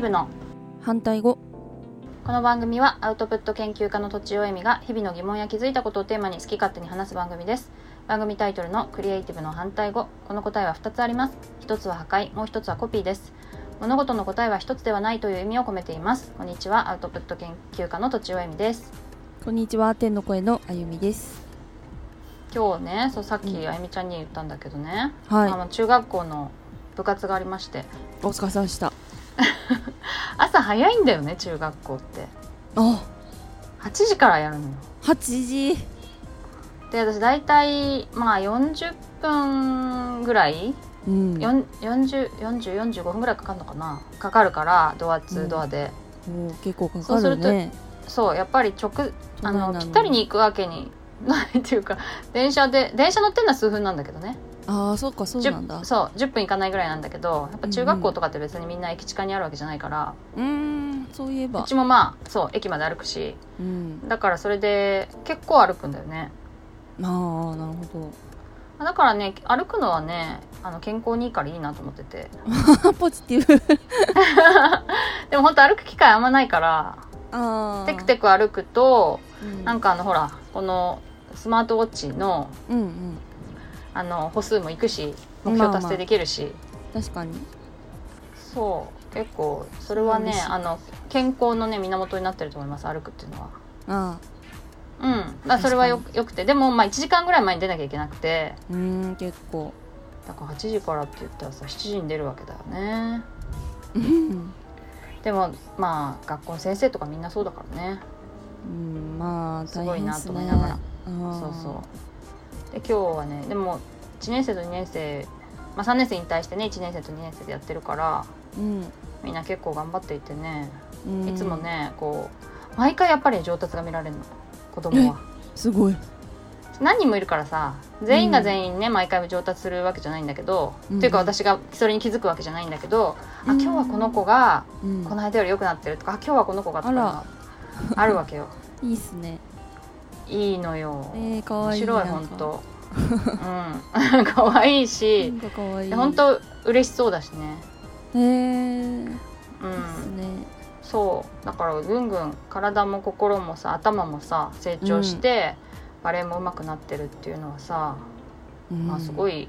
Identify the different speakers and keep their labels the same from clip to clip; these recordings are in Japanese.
Speaker 1: ブの
Speaker 2: 反対語
Speaker 1: この番組はアウトプット研究家のとちおえみが日々の疑問や気づいたことをテーマに好き勝手に話す番組です番組タイトルのクリエイティブの反対語この答えは2つあります一つは破壊もう一つはコピーです物事の答えは一つではないという意味を込めていますこんにちはアウトプット研究家のとちおえみです
Speaker 2: こんにちは天の声のあゆみです
Speaker 1: 今日ねそうさっき
Speaker 2: うん
Speaker 1: あゆみちゃんに言ったんだけどね、あ
Speaker 2: は
Speaker 1: の中学校の部活がありまして
Speaker 2: いお疲れさんでした
Speaker 1: 朝早いんだよね中学校って
Speaker 2: あ
Speaker 1: 8時からやるのよ
Speaker 2: 8時
Speaker 1: で私大体まあ40分ぐらい、
Speaker 2: うん
Speaker 1: よん404045分ぐらいかかるのかなかかるからドア
Speaker 2: うん
Speaker 1: 2ドアで、
Speaker 2: もう結構か
Speaker 1: そう
Speaker 2: か
Speaker 1: す
Speaker 2: る
Speaker 1: ると
Speaker 2: ね
Speaker 1: そうやっぱり直あ
Speaker 2: そうな
Speaker 1: の
Speaker 2: の
Speaker 1: ぴったりに行くわけにないっていうか電車で電車乗ってんのは数分なんだけどね
Speaker 2: ああそうかそうなんだ
Speaker 1: 10そう10分行かないぐらいなんだけどやっぱ中学校とかって別にみんな駅近にあるわけじゃないから、
Speaker 2: うーんそういえ
Speaker 1: う
Speaker 2: ば
Speaker 1: ちもまあそう駅まで歩くし
Speaker 2: うん
Speaker 1: だからそれで結構歩くんだよね
Speaker 2: ああなるほ
Speaker 1: だからね歩くのはねあの健康にいいからいいなと思ってて
Speaker 2: どポジティブ
Speaker 1: でも本当歩く機会あんまないから
Speaker 2: ああ
Speaker 1: テクテク歩くとなん
Speaker 2: か
Speaker 1: かあのほらこのスマートウォッチの
Speaker 2: うんうん
Speaker 1: あの歩数もいくし目標達成できるし、
Speaker 2: 確かに
Speaker 1: そう結構それはね
Speaker 2: そうです
Speaker 1: あの健康のね源になってると思います歩くっていうのは。
Speaker 2: ああ
Speaker 1: うん、まあそれはよよくてでもまあ1時間ぐらい前に出なきゃいけなくて
Speaker 2: うーん結構
Speaker 1: だから8時からって言ったらさ7時に出るわけだよね
Speaker 2: うん
Speaker 1: でもまあ学校の先生とかみんなそうだからね
Speaker 2: うんまあ
Speaker 1: す
Speaker 2: 大
Speaker 1: ごい
Speaker 2: 変で
Speaker 1: な
Speaker 2: す
Speaker 1: と
Speaker 2: ね
Speaker 1: 思いながら
Speaker 2: そ
Speaker 1: そうそうで今日はねでも1年生と2年生、まあ、3年生に対してね1年生と2年生でやってるから
Speaker 2: うん
Speaker 1: みんな結構頑張っていてね
Speaker 2: うん
Speaker 1: いつもねこう毎回やっぱり上達が見られるの子供は
Speaker 2: すごい
Speaker 1: 何人もいるからさ全員が全員ね、毎回上達するわけじゃないんだけど、
Speaker 2: うん
Speaker 1: っていうか私がそれに気づくわけじゃないんだけど、
Speaker 2: う
Speaker 1: あ
Speaker 2: ん
Speaker 1: 今日はこの子が
Speaker 2: うん
Speaker 1: この間より良くなってるとかあ今日はこの子がとか
Speaker 2: あら
Speaker 1: あるわけよ
Speaker 2: いいっすね
Speaker 1: いいのよ、
Speaker 2: えー、かわいい
Speaker 1: 面白い
Speaker 2: なん
Speaker 1: 本
Speaker 2: か
Speaker 1: 当うん 可愛いし、
Speaker 2: なんかかわいい
Speaker 1: 本当嬉しそうだしね
Speaker 2: へえで
Speaker 1: う
Speaker 2: す
Speaker 1: ん
Speaker 2: ね
Speaker 1: そうだからぐんぐん体も心もさ頭もさ成長して、バレエも上手くなってるっていうのはさ、まあ、すご
Speaker 2: い
Speaker 1: い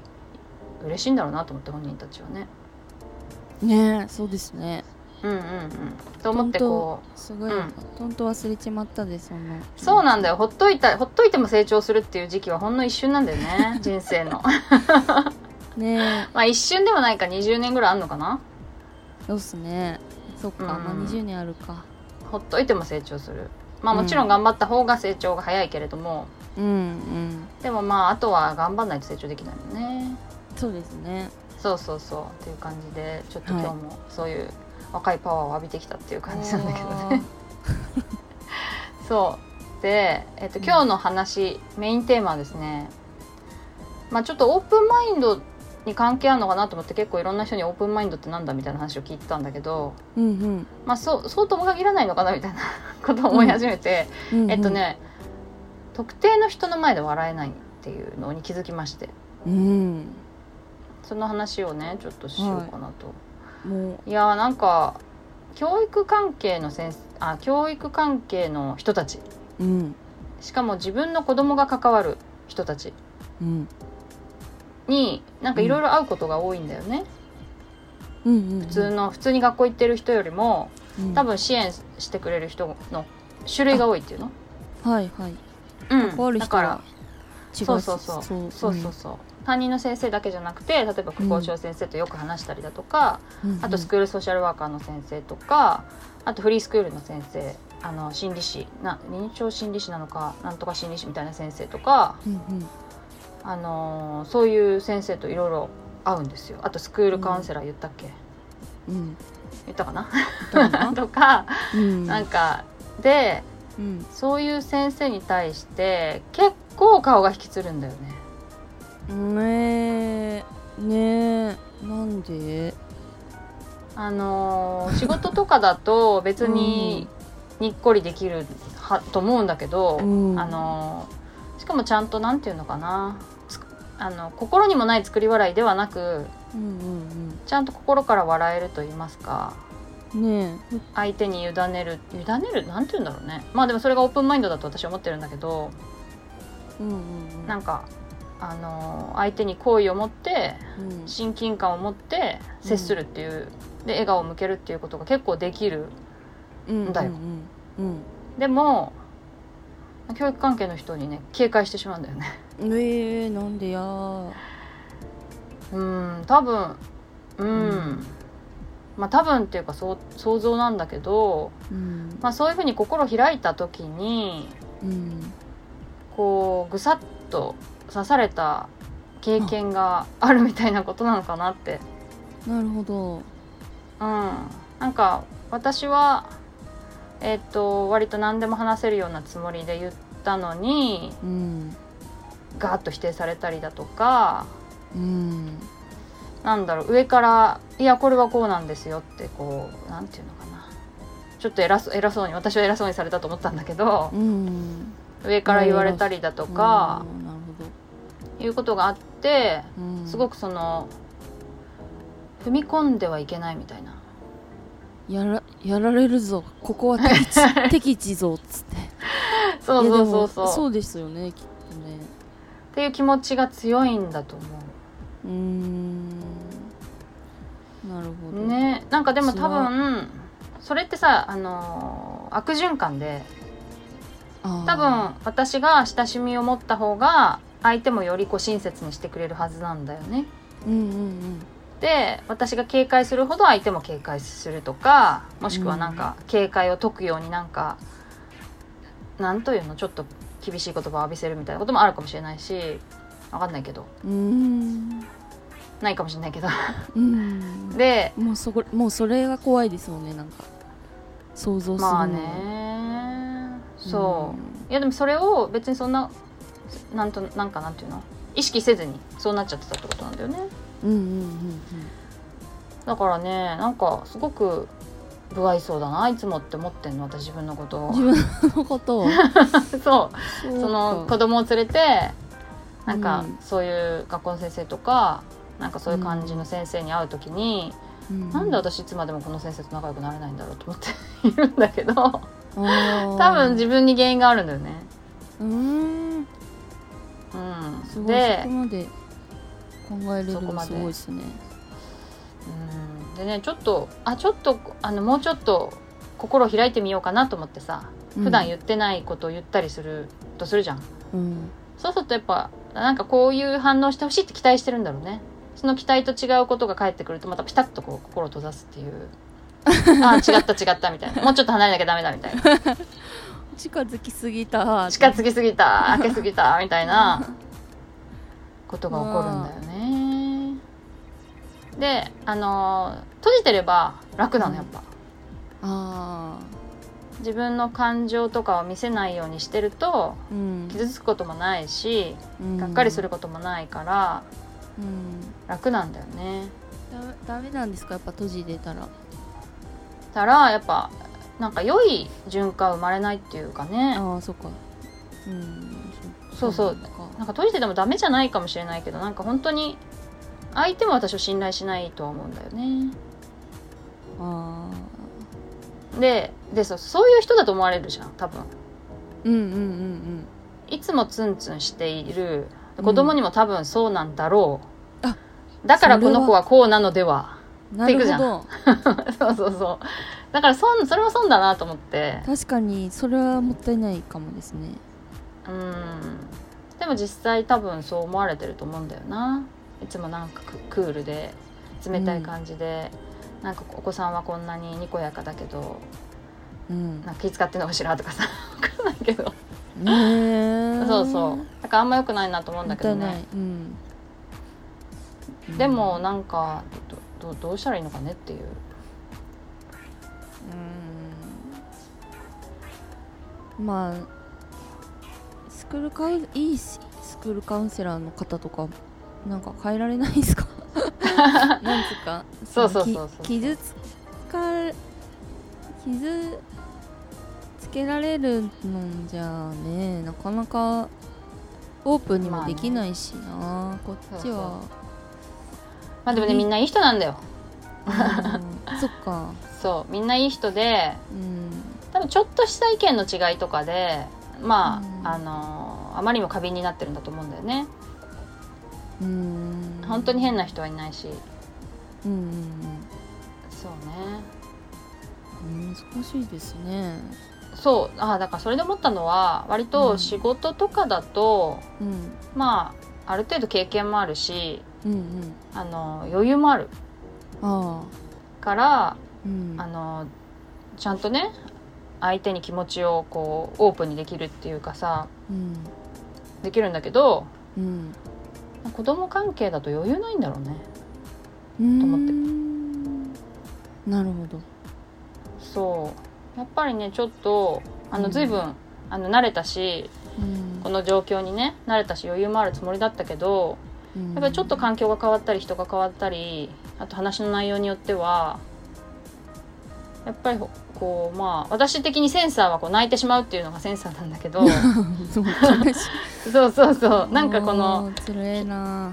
Speaker 1: 嬉しいんだろうなと思って本人たちはね
Speaker 2: ねえそうですね
Speaker 1: うんうんうんと思ってこう
Speaker 2: すごい、
Speaker 1: うん
Speaker 2: ほんと忘れちまったでその
Speaker 1: そうなんだよほっといたほっといても成長するっていう時期はほんの一瞬なんだよね人生の
Speaker 2: ね
Speaker 1: まあ一瞬でもないか20年ぐらいあんのかな
Speaker 2: えそうっすねそっか、
Speaker 1: うん
Speaker 2: まあ20年あるか
Speaker 1: ほっといても成長するまあもちろん頑張った方が成長が早いけれども、
Speaker 2: うんうん
Speaker 1: でもまああとは頑張んないと成長できないもんね
Speaker 2: そうですね
Speaker 1: そうそうそうっていう感じでちょっと今
Speaker 2: はい
Speaker 1: 日もそういう若いパワーを浴びてきたっていう感じなんだけどね、 そうで、えっと、
Speaker 2: うん
Speaker 1: 今日の話、メインテーマはですねまあちょっとオープンマインドに関係あるのかなと思って結構いろんな人にオープンマインドってなんだみたいな話を聞いてたんだけど
Speaker 2: うーんうん
Speaker 1: まあそうそうとも限らないのかなみた いなことを思い始めて、
Speaker 2: うん、うんうん
Speaker 1: えっとね特定の人の前で笑えないっていうのに気づきまして
Speaker 2: うん
Speaker 1: その話をねちょっとしようかなと
Speaker 2: もう
Speaker 1: いやーなんか教育関係の先生あ教育関係の人たち
Speaker 2: うん
Speaker 1: しかも自分の子供が関わる人たち
Speaker 2: うん
Speaker 1: になんかいろいろ会うことが多いんだよね、
Speaker 2: うんうんうん
Speaker 1: 普通の普通に学校行ってる人よりも
Speaker 2: うん
Speaker 1: 多分支援してくれる人の種類が多いっていうの、
Speaker 2: はいはい
Speaker 1: うん、
Speaker 2: 関わる
Speaker 1: だ
Speaker 2: 人
Speaker 1: から
Speaker 2: が違う
Speaker 1: そうそうそう
Speaker 2: そう
Speaker 1: そうそうそう、担任の先生だけじゃなくて例えば校長先生とよく話したりだとか、
Speaker 2: うんうん
Speaker 1: あとスクールソーシャルワーカーの先生とかあとフリースクールの先生あの心理師な臨床心理士なのかなんとか心理師みたいな先生とか、
Speaker 2: うんうん
Speaker 1: あのーそういう先生といろいろ会うんですよあとスクールカウンセラー言ったっけ、
Speaker 2: うん
Speaker 1: 言ったかな
Speaker 2: だな
Speaker 1: とか、
Speaker 2: うん
Speaker 1: なんかで
Speaker 2: うん
Speaker 1: そういう先生に対して結構顔が引きつるんだよね
Speaker 2: ねえねえなんで
Speaker 1: あのー仕事とかだと別ににっこりできるはと思うんだけど、
Speaker 2: うん
Speaker 1: あのーしかもちゃんとなんていうのかなつくあの心にもない作り笑いではなく
Speaker 2: うんうん
Speaker 1: ちゃんと心から笑えると言いますか
Speaker 2: ねえ
Speaker 1: 相手に委ねる委ねるなんて言うんだろうねまあでもそれがオープンマインドだと私は思ってるんだけど
Speaker 2: うんうんうん
Speaker 1: なんかあの相手に好意を持って
Speaker 2: うん
Speaker 1: 親近感を持って接するっていう、で笑顔を向けるっていうことが結構できる
Speaker 2: うん
Speaker 1: だよ
Speaker 2: うんうん
Speaker 1: でも教育関係の人にね警戒してしまうんだよね
Speaker 2: うんえー、なんでやー
Speaker 1: うん多分うん、
Speaker 2: うん
Speaker 1: まあ多分っていうかそう想像なんだけど、
Speaker 2: うん
Speaker 1: まあ、そういうふうに心開いた時に
Speaker 2: うん
Speaker 1: こうぐさっと刺された経験があるみたいなことなのかなって
Speaker 2: なるほど
Speaker 1: うんなんか私はえっと割と何でも話せるようなつもりで言ったのに
Speaker 2: うん
Speaker 1: ガーッと否定されたりだとか
Speaker 2: うん
Speaker 1: なんだろう上から「いやこれはこうなんですよ」ってこうなんていうのかなちょっと偉そう偉そうに私は偉そうにされたと思ったんだけど
Speaker 2: うん
Speaker 1: 上から言われたりだとか
Speaker 2: うんなるほど
Speaker 1: いうことがあって
Speaker 2: うん
Speaker 1: すごくその踏み込んではいけないみたいな
Speaker 2: やらやられるぞここは 敵地敵地ぞっつって
Speaker 1: そうそうそう
Speaker 2: いやでも
Speaker 1: そう
Speaker 2: そ
Speaker 1: っ
Speaker 2: うですよねきっとね
Speaker 1: ていう気持ちが強いんだと思
Speaker 2: うーんなるほ
Speaker 1: う
Speaker 2: ど
Speaker 1: ねなんかでも
Speaker 2: そ
Speaker 1: 多
Speaker 2: の
Speaker 1: 分それってさあのー悪循環で
Speaker 2: あー
Speaker 1: 多分私が親しみを持った方が相手もよりこう親切にしてくれるはずなんだよね。
Speaker 2: うんうん
Speaker 1: で私が警戒するほど相手も警戒するとかもしくはなんか警戒を解くようになんか、なんというのちょっと厳しい言葉を浴びせるみたいなこともあるかもしれないし分かんないけど
Speaker 2: うんう
Speaker 1: ないかもしれないけど
Speaker 2: ーんで
Speaker 1: で
Speaker 2: もうそこもうそれが怖いですよねなんか想像するのが
Speaker 1: まあねそう
Speaker 2: うん
Speaker 1: いやでもそれを別にそんななんとなんかなんていうの意識せずにそうなっちゃってたってことなんだよね
Speaker 2: うんうんうん
Speaker 1: だからねなんかすごく不愛想だないつもって思ってんの私自分のことを
Speaker 2: うん、自分のことを
Speaker 1: そう
Speaker 2: そ
Speaker 1: その子
Speaker 2: 子
Speaker 1: 供を連れてなんか
Speaker 2: うん
Speaker 1: そういう学校の先生とかなんかそういう感じの先生に会う時に、なんで私いつまでもこの先生と仲良くなれないんだろうと思って いるんだけど多
Speaker 2: 多
Speaker 1: 分自分に原因があるんだよね。
Speaker 2: うーん
Speaker 1: う
Speaker 2: す
Speaker 1: ん、
Speaker 2: ごいそ
Speaker 1: で
Speaker 2: こまで考えれ
Speaker 1: そ
Speaker 2: る
Speaker 1: こ
Speaker 2: の
Speaker 1: まです
Speaker 2: ごいですね
Speaker 1: うんでねちょっとあちょっとあのもうちょっと心を開いてみようかなと思ってさ普段言ってないことを言ったりするとするじゃん。
Speaker 2: うん
Speaker 1: そうするとやっぱなんかこういう反応してほしいって期待してるんだろうねその期待と違うことが返ってくるとまたピタッとこう心を閉ざすっていう ああ違った違ったみたいなもうちょっと離れなきゃダメだみたいな
Speaker 2: 近づきすぎた
Speaker 1: 近づきすぎた開けすぎたみたいなことが起こるんだよねであのー閉じてれば楽なのやっぱ
Speaker 2: あ
Speaker 1: 自分の感情とかを見せないようにしてると
Speaker 2: ーうん
Speaker 1: 傷つくこともないし
Speaker 2: うん
Speaker 1: がっかりすることもないから
Speaker 2: うん
Speaker 1: 楽なんだよね
Speaker 2: だダメなんですかやっぱ閉じ出たら
Speaker 1: たらやっぱなんか良い循環生まれないっていうかね
Speaker 2: ああそっかうん
Speaker 1: そうそう
Speaker 2: なんか
Speaker 1: なんか閉じててもダメじゃないかもしれないけどなんか本当に相手も私を信頼しないとは思うんだよね
Speaker 2: ああ
Speaker 1: ででそうそういう人だと思われるじゃん多分
Speaker 2: うんうんうん
Speaker 1: いつもツンツンしている
Speaker 2: うん
Speaker 1: 子供にも多分そうなんだろう、
Speaker 2: あ
Speaker 1: だからこの子はこうなのでは
Speaker 2: うん
Speaker 1: っ
Speaker 2: な
Speaker 1: ていくじ
Speaker 2: る
Speaker 1: ゃ
Speaker 2: ほ
Speaker 1: ん
Speaker 2: ど
Speaker 1: そうそうそうだからそんそれも損だなと思って
Speaker 2: 確かにそれはもったいないかもですね
Speaker 1: うんでも実際多分そう思われてると思うんだよないつもなんかククールで冷たい感じで、なんかお子さんはこんなににこやかだけど
Speaker 2: うん
Speaker 1: なんか気遣ってんのかしらとかさ 分かんないけど
Speaker 2: ねえ
Speaker 1: そうそうだからあんま良くないなと思うん
Speaker 2: も
Speaker 1: だ
Speaker 2: っ
Speaker 1: け
Speaker 2: た
Speaker 1: ど
Speaker 2: いな
Speaker 1: ね
Speaker 2: いうん
Speaker 1: でもなんかどどどうしたらいいのかねっていう
Speaker 2: うんまあスクールカウンいいしスクールカウンセラーの方とかなんか変えられないですか なんつうか
Speaker 1: そうそう
Speaker 2: のき
Speaker 1: そうそう
Speaker 2: 傷つか傷つけられるのんじゃねなかなかオープンにもできないしな、こっちは
Speaker 1: まあでもねみんないい人なんだよ
Speaker 2: うんそっか
Speaker 1: そうみんないい人で
Speaker 2: うん
Speaker 1: 多分ちょっとした意見の違いとかでまあ、
Speaker 2: うん
Speaker 1: あのあまりにも過敏になってるんだと思うんだよね
Speaker 2: うん
Speaker 1: 本当に変な人はいないし
Speaker 2: うんうん
Speaker 1: そうね
Speaker 2: うん難しいですね
Speaker 1: そうあだからそれで思ったのは割
Speaker 2: う
Speaker 1: と
Speaker 2: ん
Speaker 1: 仕事とかだと、
Speaker 2: うん
Speaker 1: まあある程度経験もあるし
Speaker 2: うんうん
Speaker 1: あの余裕もある
Speaker 2: ああ
Speaker 1: から
Speaker 2: うん
Speaker 1: あのちゃんとね相手に気持ちをこうオープンにできるっていうかさ
Speaker 2: うん
Speaker 1: できるんだけど
Speaker 2: うん
Speaker 1: 子供関係だと余裕ないんだろうね
Speaker 2: うん
Speaker 1: と思って
Speaker 2: なるほど
Speaker 1: そうやっぱりねちょっとあ
Speaker 2: う
Speaker 1: の
Speaker 2: ん
Speaker 1: 随分、あの慣れたし
Speaker 2: うん
Speaker 1: この状況にね慣れたし余裕もあるつもりだったけどやっぱりちょっと環境が変わったり人が変わったりあと話の内容によってはやっぱりこうまあ私的にセンサーはこう泣いてしまうっていうのがセンサーなんだけ ど
Speaker 2: そう悲し
Speaker 1: そうそうそう
Speaker 2: い
Speaker 1: なんかこの
Speaker 2: あーつれえな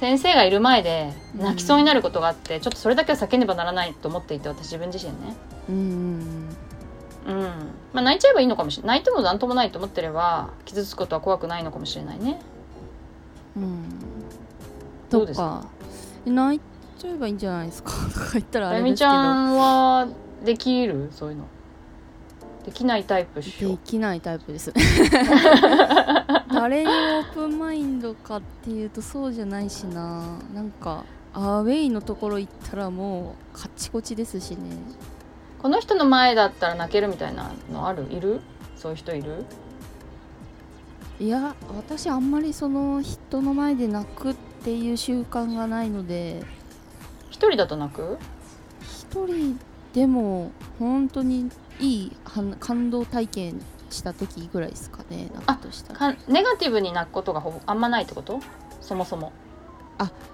Speaker 1: 先生がいる前で
Speaker 2: うん
Speaker 1: 泣きそうになることがあって、ちょっとそれだけは避けねばならないと思っていて私自分自身ね。
Speaker 2: うんうん
Speaker 1: うんまあ、泣いちゃえばいいのかもしれない泣いても何ともないと思ってれば傷つくことは怖くないのかもしれないね
Speaker 2: うんうん
Speaker 1: ど
Speaker 2: と
Speaker 1: うですか
Speaker 2: かえ泣いちゃえばいいんじゃないですか とか言ったらあ
Speaker 1: あゆ
Speaker 2: れで
Speaker 1: み
Speaker 2: す
Speaker 1: ち
Speaker 2: けど
Speaker 1: ゃんはできるそういうのできないタイプっし
Speaker 2: で
Speaker 1: ょ
Speaker 2: きないタイプ です誰にオープンマインドかっていうとそうじゃないしななんかアウェイのところ行ったらもうカッチコチですしね
Speaker 1: この人の前だったら泣けるみたいなのあるいるそういう人いる
Speaker 2: いや私あんまりその人の前で泣くっていう習慣がないので
Speaker 1: 一人だと泣く
Speaker 2: 一人でも本当にいいはん感動体験した時ぐらいですかね泣くとした
Speaker 1: か
Speaker 2: ら
Speaker 1: ネガティブに泣くことがほぼあんまないってことそもそも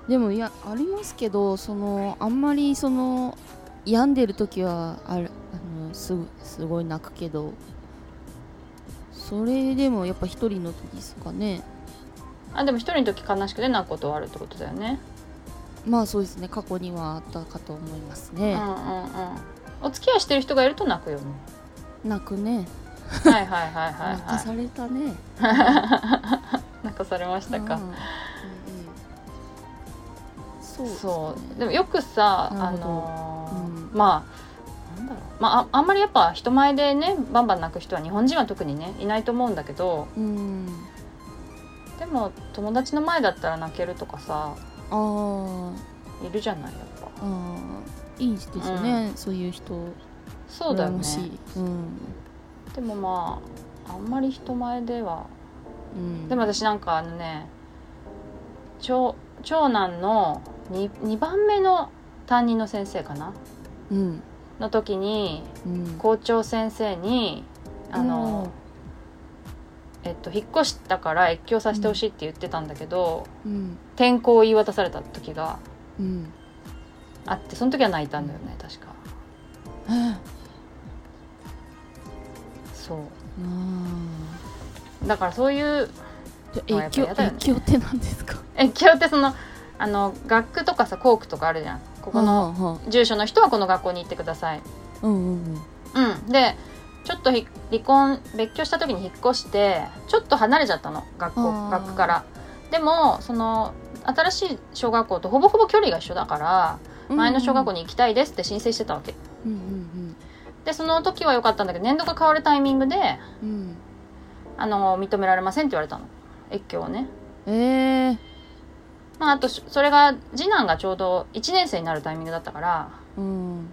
Speaker 2: でもいやありますけどそのあんまりその病んでる時はあるあのすすごい泣くけどそれでもやっぱ一人の時ですかね
Speaker 1: あでも一人の時悲しくて泣くことはあるってことだよね
Speaker 2: まあそうですね過去にはあったかと思います
Speaker 1: うんう
Speaker 2: ね
Speaker 1: んうんお付き合いしてる人がいると泣く よね
Speaker 2: 泣くね
Speaker 1: はいはいはいはい、
Speaker 2: 泣か
Speaker 1: は
Speaker 2: されたね
Speaker 1: い、泣かされましたか
Speaker 2: うんうんうんそうですね
Speaker 1: そうでもよくさ
Speaker 2: な
Speaker 1: あ
Speaker 2: るほど
Speaker 1: のー
Speaker 2: う
Speaker 1: まあなんだろうまあああんまりやっぱ人前でねバンバン泣く人は日本人は特にねいないと思うんだけど
Speaker 2: うん
Speaker 1: でも友達の前だったら泣けるとかさ
Speaker 2: あー
Speaker 1: いるじゃないやっぱ
Speaker 2: あーいいですよね、そういう人
Speaker 1: そうだよ
Speaker 2: 羨ま
Speaker 1: ね
Speaker 2: しいうん
Speaker 1: でもまああんまり人前では
Speaker 2: うん、
Speaker 1: でも私なんかあのね長長男の 2, 2番目の担任の先生かな
Speaker 2: うん
Speaker 1: の時に
Speaker 2: うん
Speaker 1: 校長先生にあの、えっと、引っ越したから越境させてほしいって言ってたんだけど、
Speaker 2: うん
Speaker 1: 転校を言い渡された時が
Speaker 2: うん
Speaker 1: あってその時は泣いたんだよね確か
Speaker 2: あ
Speaker 1: そう
Speaker 2: あ
Speaker 1: だからそういう
Speaker 2: じゃあ
Speaker 1: まあ
Speaker 2: 越境
Speaker 1: やっぱやだよね
Speaker 2: 越境って何ですか
Speaker 1: 越境ってそのあの学区とかさ校区とかあるじゃんここの
Speaker 2: はあは
Speaker 1: 住所の人はこの学校に行ってください
Speaker 2: あうんうん
Speaker 1: うんでちょっとひ離婚別居した時に引っ越してちょっと離れちゃったの学校
Speaker 2: あー
Speaker 1: 学区からでもその新しい小学校とほぼほぼ距離が一緒だから
Speaker 2: うん
Speaker 1: 前の小学校に行きたいですって申請してたわけ
Speaker 2: うんうん
Speaker 1: でその時は良かったんだけど年度が変わるタイミングで
Speaker 2: うんうん
Speaker 1: あの認められませんって言われたの越境をね、
Speaker 2: ええ
Speaker 1: まあ、あとしそれが次男がちょうど1年生になるタイミングだったから
Speaker 2: うん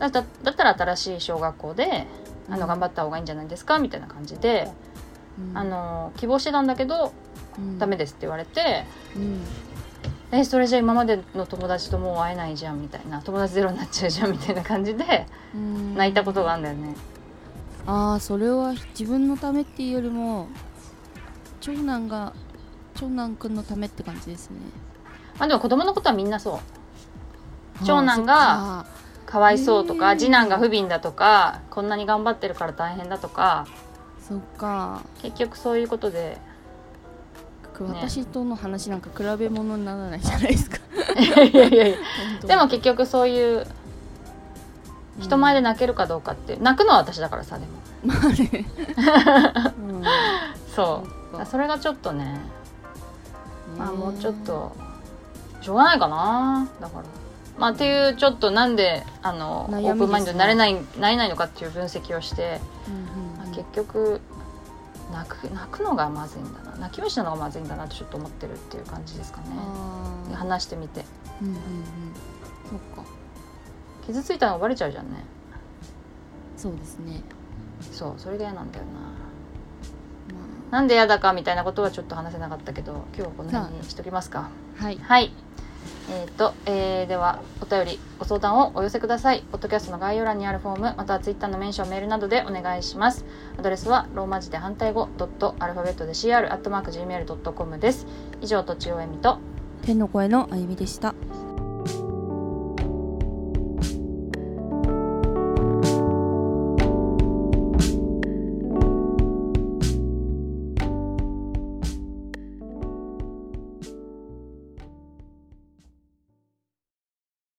Speaker 1: だだだったら新しい小学校であ
Speaker 2: うん
Speaker 1: の頑張った方がいいんじゃないですかみたいな感じで、
Speaker 2: うん
Speaker 1: あの希望してたんだけど
Speaker 2: うん
Speaker 1: ダメですって言われて、
Speaker 2: うん
Speaker 1: えそれじゃ今までの友達ともう会えないじゃんみたいな友達ゼロになっちゃうじゃんみたいな感じで
Speaker 2: うん
Speaker 1: 泣いたことがあるんだよね。
Speaker 2: ああそれは自分のためっていうよりも長男が長男くんのためって感じですね
Speaker 1: まあ、でも子供のことはみんなそう長男
Speaker 2: あ
Speaker 1: が
Speaker 2: あそっか
Speaker 1: かわいそうとか、
Speaker 2: へー
Speaker 1: 次男が不憫だとかこんなに頑張ってるから大変だとか
Speaker 2: そっか
Speaker 1: 結局そういうことで
Speaker 2: 私との話なんか比べ物にな らないじゃないですか
Speaker 1: いやいやいや
Speaker 2: 本当
Speaker 1: でも結局そういう人前で泣けるかどうかって泣くのは私だからさでも
Speaker 2: まあね、うん、
Speaker 1: そ
Speaker 2: っ
Speaker 1: う
Speaker 2: か
Speaker 1: それがちょっとねまあ
Speaker 2: ね
Speaker 1: もうちょっとしょうがないかなだからまあっていうちょっとなんであの
Speaker 2: 悩みですね
Speaker 1: オープンマインドになれないなれないのかっていう分析をして、
Speaker 2: うんうん
Speaker 1: まあ
Speaker 2: うん
Speaker 1: 結局泣く泣くのがまずいんだな泣き虫なのがまずいんだなってちょっと思ってるっていう感じですかね
Speaker 2: あー
Speaker 1: 話してみて
Speaker 2: うんうんうんそっか
Speaker 1: 傷ついたのがバレちゃうじゃんね
Speaker 2: そうですね
Speaker 1: そうそれが嫌なんだよな
Speaker 2: ま
Speaker 1: なんで嫌だかみたいなことはちょっと話せなかったけど今日はこの辺にしときますか
Speaker 2: あはい
Speaker 1: はいえー、と、えーではお便りご相談をお寄せくださいポッドキャストの概要欄にあるフォームまたはツイッターのメンションメールなどでお願いしますアドレスはローマ字で反対語ドットアルファベットで CR アットマーク Gmail.com です以上とちおえみと
Speaker 2: 天の声のあゆみでした